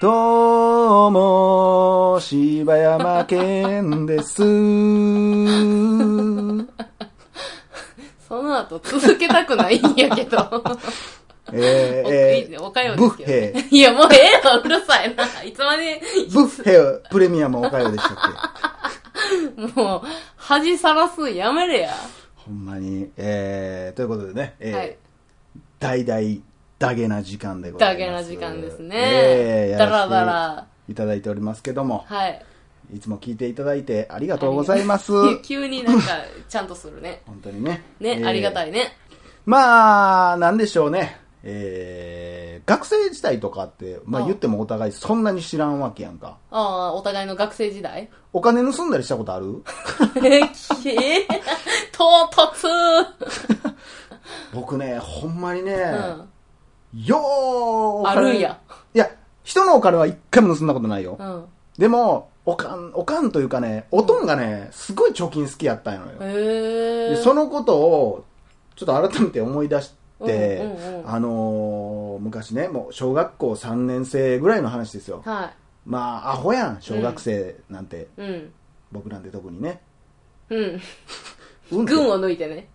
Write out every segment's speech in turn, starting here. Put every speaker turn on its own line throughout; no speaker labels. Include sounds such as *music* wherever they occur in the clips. どうも、柴山健
*laughs*
です。
その後続けたくないんや
*laughs*
けど。
えー、え
おかよ
ー、
で
ブ
す
ッ
けど、
ヘ
ね。 *laughs* いや、もうええわ、うるさいな。いつまで、
イ、ブッヘイプレミアムおかよでしたっけ
もう、恥さらすんやめれや。
ほんまに。えー、ということでね、えー
はい。
大々、ダゲな時間でございます。
ダゲな時間ですね
えー、
だらだら
やせていただいておりますけども、
はい。
いつも聞いていただいてありがとうございます。
*laughs* 急になんか、ちゃんとするね。
本当にね。
ね、ありがた
い。
いね。
まあ、なんでしょうね。えー、学生時代とかって、まあ
うん
言ってもお互いそんなに知らんわけやんか。
ああ、お互いの学生時代 *laughs*
お金盗んだりしたことある
え、きえ唐突
僕ね、ほんまにね、
うん。
よーお
あ
金
るんや。。
いや、人のお金は一回も盗んだことないよ
う。ん。
でも、おかん、おかんというかね、おとんがね、すごい貯金好きやったんよ。
へ
で
え。
そのことを、ちょっと改めて思い出して、
うんうんうん
あのー昔ね、もう小学校3年生ぐらいの話ですよ。
は
まあ、アホやん、小学生なんて、
い。うん。
僕なんて特にね。 *laughs*
うん。
うん
群を抜いてね。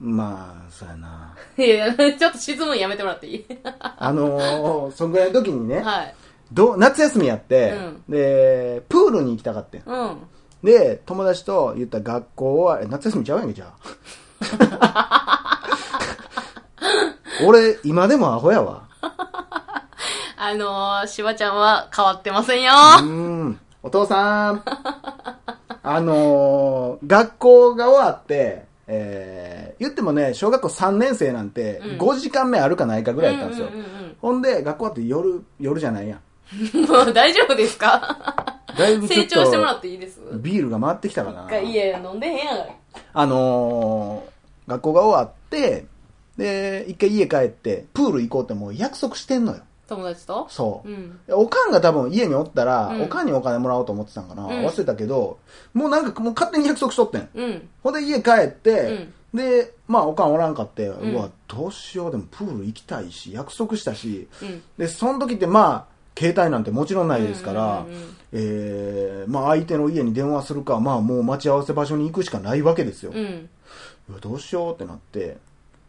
まあ、そうやな。
いやいや、ちょっと質問やめてもらっていい
あのー、そんぐらいの時に
*laughs*
ね、
はい。
どう夏休みやって、
うん
で、プールに行きたかってん。
うん。
で、友達と言ったら学校は、え夏休みちゃうやんけ、じゃ
*laughs*
あ。 *laughs* 俺、今でもアホやわ。
あのー、しばちゃんは変わってませんよ
うーん。お父さん。 *laughs* あのー学校が終わって、えー言ってもね、小学校3年生なんて、
うん
5時間目あるかないかぐらいやったんですよ。
うんうん
ほんで、学校終わって夜、夜じゃないやん。
うんうんもう *laughs* 大丈夫ですか
だいぶちょ
成
っ
長してもらっ
と、
ていいです
ビールが回ってきたかな。
いやいや、飲んでへんやん。
あのー学校が終わって、で、一回家帰って、プール行こうってもう約束してんのよ。
友達と
そう。
うん。
おかんが多分家におったら、
うん
おかんにお金もらおうと思ってたんかな、
ん
忘れたけど、もうなんかもう勝手に約束しとってん。
うん。
ほんで家帰って、で、まあおかんおらんかって、うわ、どうしよう、でもプール行きたいし、約束したし、
うん。
で、その時ってまあ、携帯なんてもちろんないですから、
うんうんうんうん
えー、まあ相手の家に電話するか、まあもう待ち合わせ場所に行くしかないわけですよ。
うん。
うわどうしようってなって、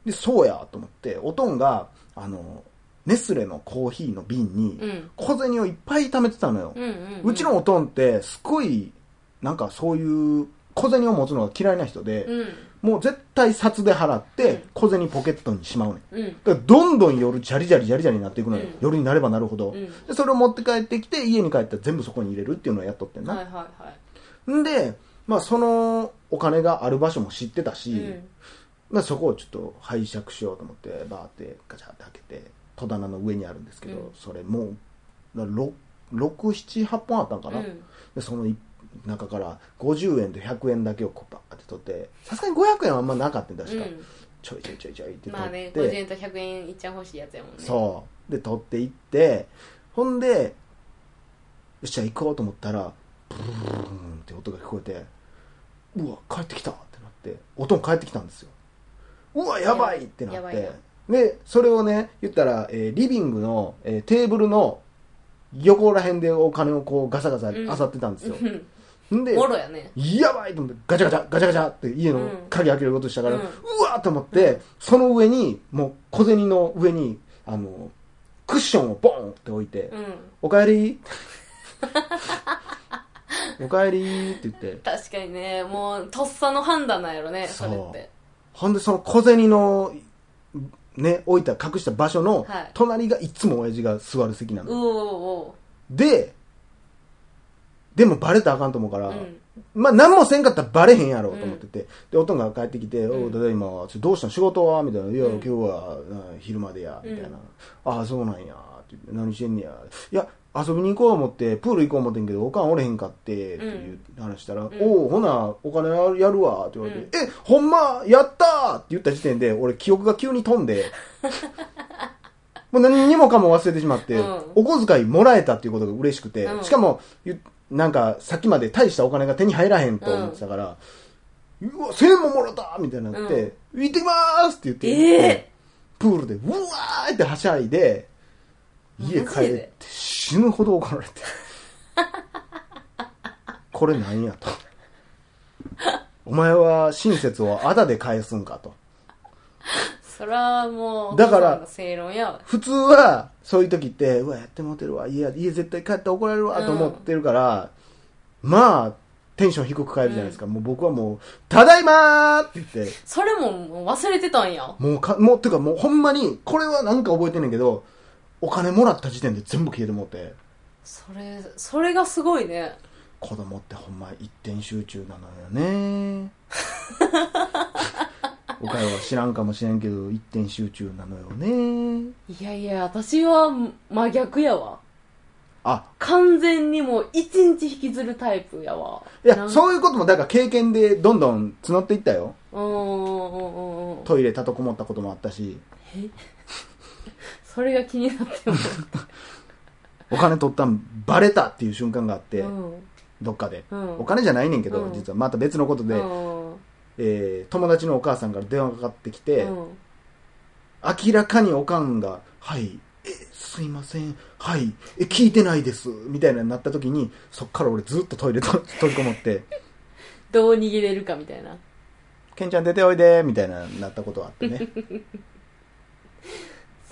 で、そうやと思って、おとんが、あの、ネスレのコーヒーの瓶に
うん
小銭をいっぱい貯めてたのよ。
うんうん。
うちのおとんって、すごい、なんかそういう小銭を持つのが嫌いな人で、
うん。
もう絶対札で払っ
うん
て、小銭ポケットにしまうねん。
うん。
だからどんどん夜、ジャリジャリジャリジャリになっていくのよ。
うん
夜になればなるほど、
うん
で。それを持って帰ってきて、家に帰ったら全部そこに入れるっていうのをやっとってん
はいは
な。
いは
んで、まあそのお金がある場所も知ってたし、
い。うん。
まあ、そこをちょっと拝借しようと思ってバーってガチャって開けて戸棚の上にあるんですけど、
うん
それもう678本あったんかな、
うん
でそのい中から50円と100円だけをこうバーって取ってさすがに500円はあんまなかったんだ確か、ちょいちょいちょいちょいって取って、
まあね、50円と100円いっちゃ欲しいやつやもんね。
そうで取っていってほんでよっしゃ行こうと思ったらブルーンって音が聞こえてうわ帰ってきたってなっておとん帰ってきたんですようわやばいってな
や
っ
ばい
て
な
でそれをね言ったら、えーリビングの、えーテーブルの横ら辺でお金をこうガサガサ
ん
漁ってたんですよ、
*laughs* うん。
んで
もろやね。
やばいと思って、ガチャガチャ、ガチャガチャって家
う
の
ん
鍵開けることしたから、う
うん
わーと思って、その上に、もう小銭の上に、あの、クッションをボンって置いて、
うん。
おかえ
*laughs*
りおかえりって言って、
確かにね、もう、とっさの判断なんやろね、そ
そう
れって。
ほんでその小銭の、ね、置いた、隠した場所の
はい、
隣がいつも親父が座る席な
う
の。
おうおうおう。
で、でもバレたらあかんと思うから、
うん
まあ、何もせんかったらバレへんやろうと思ってて、で、おとんが帰ってきて、おう、ただいま、ちょどうしたん仕事はみたいな、いや、今日は、うん昼までや、みたいな。ああ、そうなんや、って言って何してんねや。いや、遊びに行こう思って、プール行こう思ってんけど、おかんおれへんかって、っていう話したら、おう、ほな、お金やるわ、って言われて、え、ほんま、やったーって言った時点で、俺、記憶が急に飛んで、 *laughs* もう何にもかも忘れてしまって、
うん
お小遣いもらえたっていうことが嬉しくて、
うん
しかも、ゆなんか、さっきまで大したお金が手に入らへんと思ってたから、うわ、1000円ももらったみたいになって、行ってきまーすって言って、
ええ
プールで、うわーってはしゃいで、家
マ
帰
ジで
って死ぬほど怒ら
*laughs*
れて。これなんやと。お前は親切をあだで返すんかと。
そらもう、
だから
お父さんの正論やわ。
普通は、そういう時って、うわ、やってもうてるわ、家や、家絶対帰って怒られるわ、と思ってるから、まあ、テンション低く帰るじゃないですか。もう僕はもう、ただいまーって言って、
それももう忘れてたんや。
もうか、もう、てかもうほんまに、これはなんか覚えてんねんけど、お金もらった時点で全部消えてもうて、
それ、それがすごいね。
子供ってほんま一点集中なのよね。おかよは知らんかもしれんけど、一点集中なのよね。
いやいや、私は真逆やわ。
あ、
完全にもう一日引きずるタイプやわ。
い
な
や、
ん
そういうことも、だから経験でどんどん募っていったよ。
うんうんうんうんうん。
トイレ立てこもったこともあったし、
それが気になっても。
お金取ったんバレたっていう瞬間があって、
うん。
どっかで。
うん。
お金じゃないねんけど、
うん
実はまた別のことで、
うん。
えー友達のお母さんから電話がかかってきて、
うん
明らかにおかんが、はい、え、すいません、はい、え、聞いてないです、みたいなになった時に、そっから俺ずっとトイレと *laughs* 閉じこもって、
どう逃げれるかみたいな。
ケンちゃん出ておいで、みたいなになったことはあって
*laughs*
ね。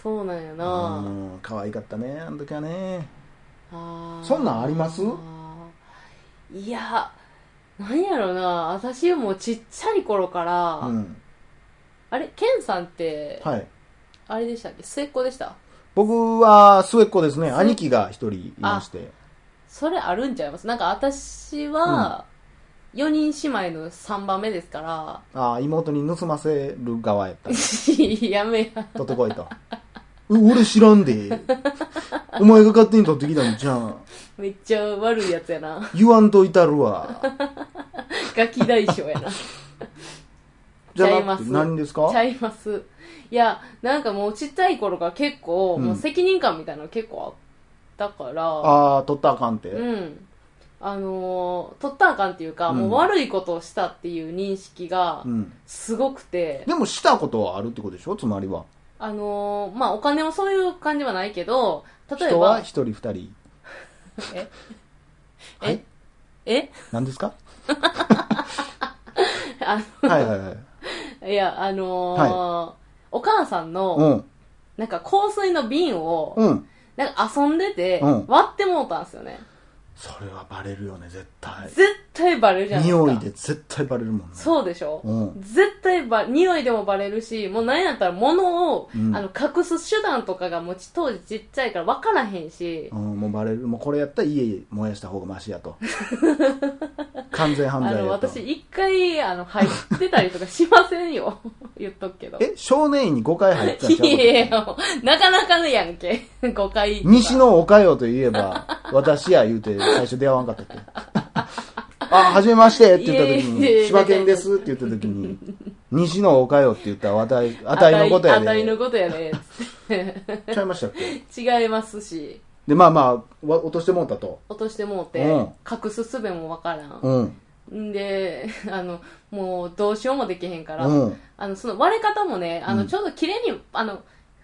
そうなんや
う
な。
ん、可愛かったね、あの時はね。
あー
そんなんあります
あーいや、なんやろな。私もうちっちゃい頃から、
うん。
あれ、ケンさんって、
はい。
あれでしたっけ末っ子でした
僕は末っ子ですね。
末
兄貴が一人いまして。
それあるんちゃいますなんか私は、4人姉妹の3番目ですから、 *laughs*
ああ、妹に盗ませる側やった。
やめや。
取ってこい *laughs* と。え俺知らんで。お前が勝手に取ってきたのじゃん。
めっちゃ悪いやつやな。
言わんといたるわ。
*laughs* ガキ大将
*laughs*
やな。ち
じゃ
ゃい
な
ま
く
す
て何ですか
ゃいます。いや、なんかもうちっちゃい頃から結構、
うん
もう責任感みたいなの結構あったから、
ああ、取ったらあかんって。
うん。あのー、取ったらあかんっていうか、
うん
もう悪いことをしたっていう認識が
う、ん。
すごくて、
でもしたことはあるってことでしょつまりは。
あのーまあ、お金もそういう感じはないけど、例え
人は
ば
一、人二人。
え
はい。
え
何ですか
あ
はいはいはい。
の、いや、あのーお母さんの、
うん。
なんか香水の瓶を、
うん。
なんか遊んでて、
うん
割ってもうたんですよね。
それはバレるよね、絶対。
絶対バレるじゃないですか。
匂いで絶対バレるもんね。
そうでしょ、
うん
絶対ば、匂いでもバレるし、もう何やったら物を、
うん
あの、隠す手段とかがもうち当時ちっちゃいから分からへんし、
うん、もうバレる。もうこれやったら家燃やした方がマシや
*laughs*
と。完全犯
あ
罪
の、
やと。
私一回、あの、入ってたりとかしませんよ。 *laughs* 言っとくけど。
え、少年院に5回入ってたんちゃう
いやいや、もうなかなかのやんけ。5回。 *laughs*
西。のおかよといえば、私や言うて最初出会わんかったっけ *laughs* あ、はじめましてって言った時
いえいえい
に、
え
柴犬ですって言った時に、西のおかよって言ったらあたい、あたいのことや
あたい
で、
のことやね。
ちゃいましたっけ
違いますし、
で、まあまあ、わ落としてもうたと。
落としてもうて、
うん
隠すすべもわからん。
うん。
んで、あの、もうどうしようもできへんから、
うん。
あの、その割れ方もね、あ
う
の、
ん
ちょうど綺麗に、あの、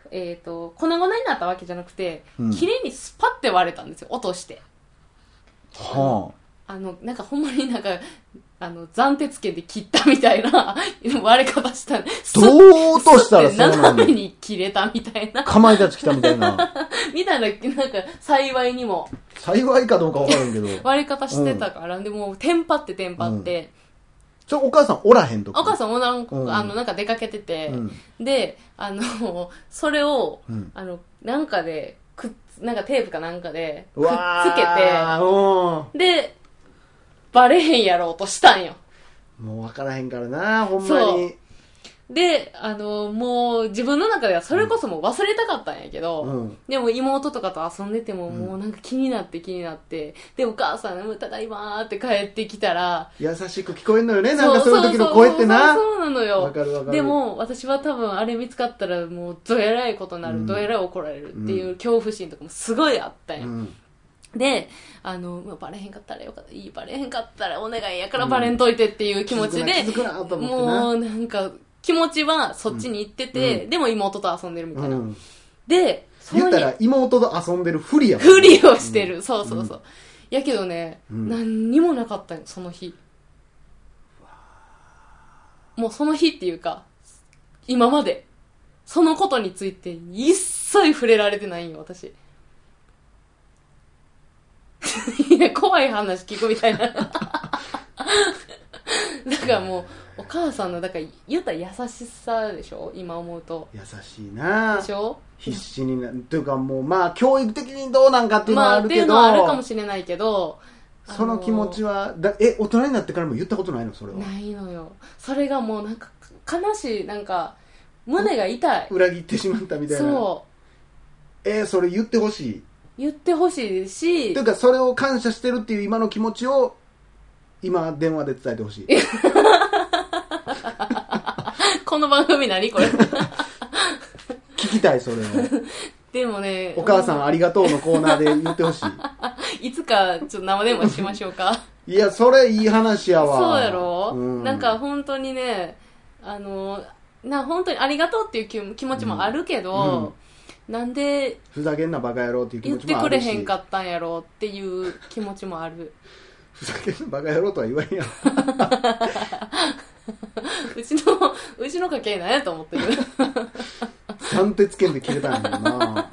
えっ、と、粉々になったわけじゃなくて、
うん
綺麗にスパって割れたんですよ、落として。
は
あの、なんかほんまになんか、あの、斬鉄剣で切ったみたいな *laughs* 割れ方したね。
あ。どう落としたらそうな
斜め
の
に切れたみたいな。
かまいたち来たみたいな。
みたいな、なんか、幸いにも
幸いかどうかわからんけど。 *laughs*
割れ方してたから、でも、テンパってテンパって、
それお母さんおらへんと
お母
さ
さんもなんか、
うん
あの、なんか出かけてて、
うん
で、あの、それを、
うん
あの、なんかで、くっつ、なんかテープかなんかで、くっ
わ
つけ
ー
て、で、バレへんやろうとしたんよ。
うん。もう分からへんからな、ほんまに。
で、あの、もう自分の中ではそれこそもう忘れたかったんやけど、
うん
でも妹とかと遊んでてももうなんか気になって気になって、で、お母さん、もうただいまーって帰ってきたら、
優しく聞こえんのよね、なんかそういう時の声って
そ
な
う。そうそうなのよ。
わかるわかる
でも、私は多分あれ見つかったらもうどえらいことにな
う
る、
ん
どえらい怒られるっていう恐怖心とかもすごいあったんや。
うん
で、あの、まあバレへんかったらよかった、いい、バレへんかったらお願いやからバレんといてっていう気持ちで、
気づくな気づくなと思ってな
もうなんか、気持ちはそっちに行ってて、でも妹と遊んでるみたいな。
うん
で、そ
言
の
っ
に
たら妹と遊んでるふりやもん
*laughs* ふりをしてる。そうそうそう。やけどね、
うん
何にもなかったよ、その日。もうその日っていうか、今まで。そのことについて一切触れられてないんよ、私。 *laughs* いや、怖い話聞くみたいな。 *laughs* だからもう、お母さんの、だから言ったら優しさでしょ今思うと。
優しいな
でしょ
必死になというかもうまあ教育的にどうなんかっていうのは
ま
あ
あ、っ
る
てい
け
う
ど、
のはあるかもしれないけど、
その気持ち
は
はだえ大人になってからも言ったことないのそれは
ないのよそれがもうなんか悲しいなんか胸が痛い
裏切ってしまったみたいな
そ
えーそれ言ってほしいう
言ってほしいし
というかそれを感謝してるっていう今の気持ちを今電話で伝えてほしい
*laughs* この番組何こ
*laughs*
れ
聞きたい
*laughs*
それを
でもね
お母さんありがとうのコーナーで言ってほし
*laughs* いつかちょっと生電話しましょうか
いいやそれいい話 *laughs* やわ
そうやろ、
うん
なんか本当にねあのな本当にありがとうっていう気気持ちもあるけど、なんで
ふざけんなバカ野郎っていう気
言
持
っ
ち
て
もあ
く
る
れ
し
へんかったんやろっていう気持ちも
*laughs*
ある
ふざけんなバカ野郎とは言わんやろ
うちのうちの家系なんやと
*laughs*
思ってる
三鉄拳で切れたんやもん
*laughs*
な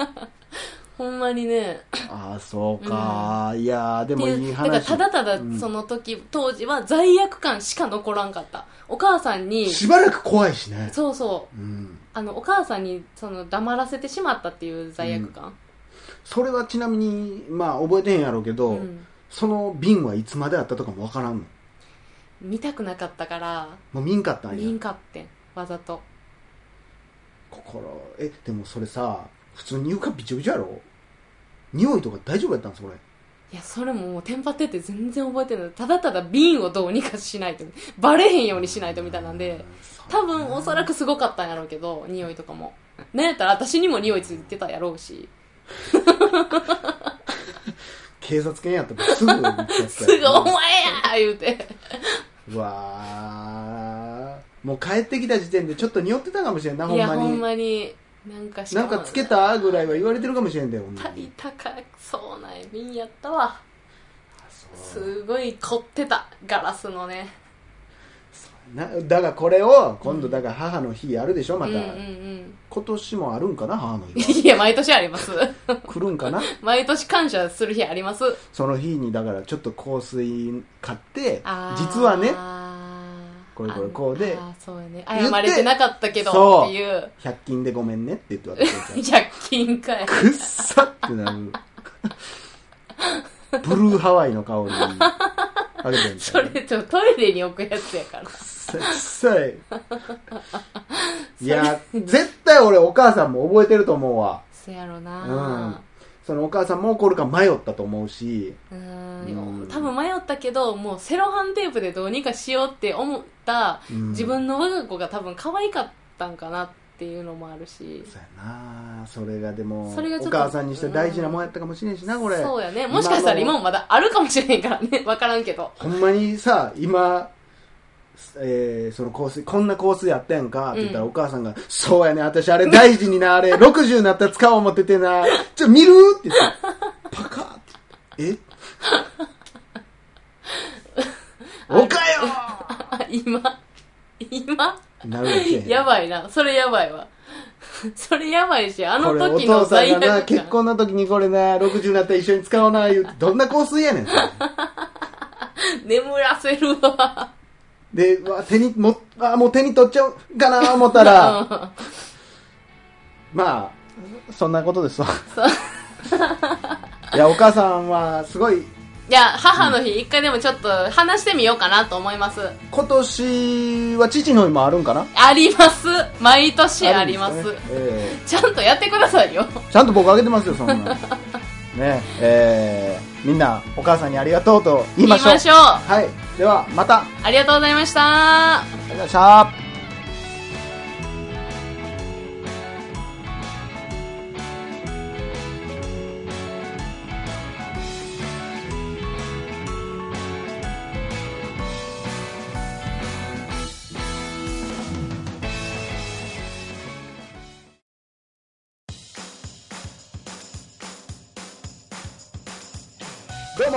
ほんまにね
ああそうか、いやーでもいい話
だからただた
う
だ
ん
その時、当時は罪悪感しか残らんかったお母さんに
しばらく怖いしね
そうそう
うん
あのお母さんにその黙らせてしまったっていう罪悪感、
それはちなみにまあ覚えてへんやろうけど、
うん
その瓶はいつまであったとかもわからんの
見たくなかったから
もう見んかったん
見ん
や
かってんわざと
心えでもそれさ普通に床びちょびちょやろ匂いとか大丈夫やったんそれ
いやそれももうテンパってて全然覚えてないただただ瓶をどうにかしないとバレへんようにしないとみたいなんで多分おそらくすごかったんやろうけど匂いとかもなんやったら私にも匂いついてたやろうし
警察犬やったらすぐ行っちゃった
*laughs* すぐ「お前や!」言うて
うわーもう帰ってきた時点でちょっと匂ってたかもしれんなほ
い
ん
や
ま
ほ
に
んまになんかし
なんかつけたぐらいは言われてるかもしれんだよほんま
た
に
り高そうな瓶やったわ
そう
すごい凝ってたガラスのね
なだがこれを今度だから母の日やるでしょまた、
うんうん
今年もあるんかな母の
うん
日
いや毎年あります
は来るんかな
毎年感謝する日あります
その日にだからちょっと香水買って
あー
実はねこ
あ
れこれ
の
こうで
あーそうやね
言って
謝れてなかったけど
そう
っていう
100均でごめんねって言って私たち
100均かい
くっさってな
*laughs*
るブルーハワイの香りあげてん
そ
だよ
れ
ね
ちょトイレに置くやつやから
くっさいくっさいいや絶対俺お母さんも覚えてると思うわ
そやろな
そのお母さんも怒るか迷ったと思うし
う
うん
ん多分迷ったけどもうセロハンテープでどうにかしようって思った
うん
自分の我が子が多分可愛かったんかなっていうのもあるし
そうやなそれがでも
それがちょ
お
っと
母さんにして大事なもんやったかもしれんしなこれ
そうやねもしかしたら今
の
もまだあるかもしれへんから
*laughs*
ねわからんけど
ほんまにさ今えー、その香水こんな香水やったやんかって言ったら
うん
お母さんが「そうやね私あれ大事になあれ *laughs* 60になったら使おう思っててなちょ見る?」って言ってパカってえ
*laughs*
おかよ
あ今今
ーなるわけ
やばいなそれやばいわ *laughs* それやばいしあの時
これお
の
父さ
罪
ん
悪
がな結
感
婚の時にこれな60になったら一緒に使おうな言うてどんな香水やねんそれ
眠らせるわ *laughs*
でうわ手にもあもう手に取っちゃうかな思ったら、 *laughs* まあそんなことですわ
そう
*laughs* いやお母さんはすごい
いや母の日一回でもちょっと話してみようかなと思います
今年は父の日もあるんかな
あります毎年あります
あるんですねえ
ちゃんとやってくださいよ
えちゃんと僕あげてますよそん
*laughs*
なんねええみんなお母さんにありがとうと言いましょう
言いましょう
はいではまたあり
ありがとうございました
がとうございましたどう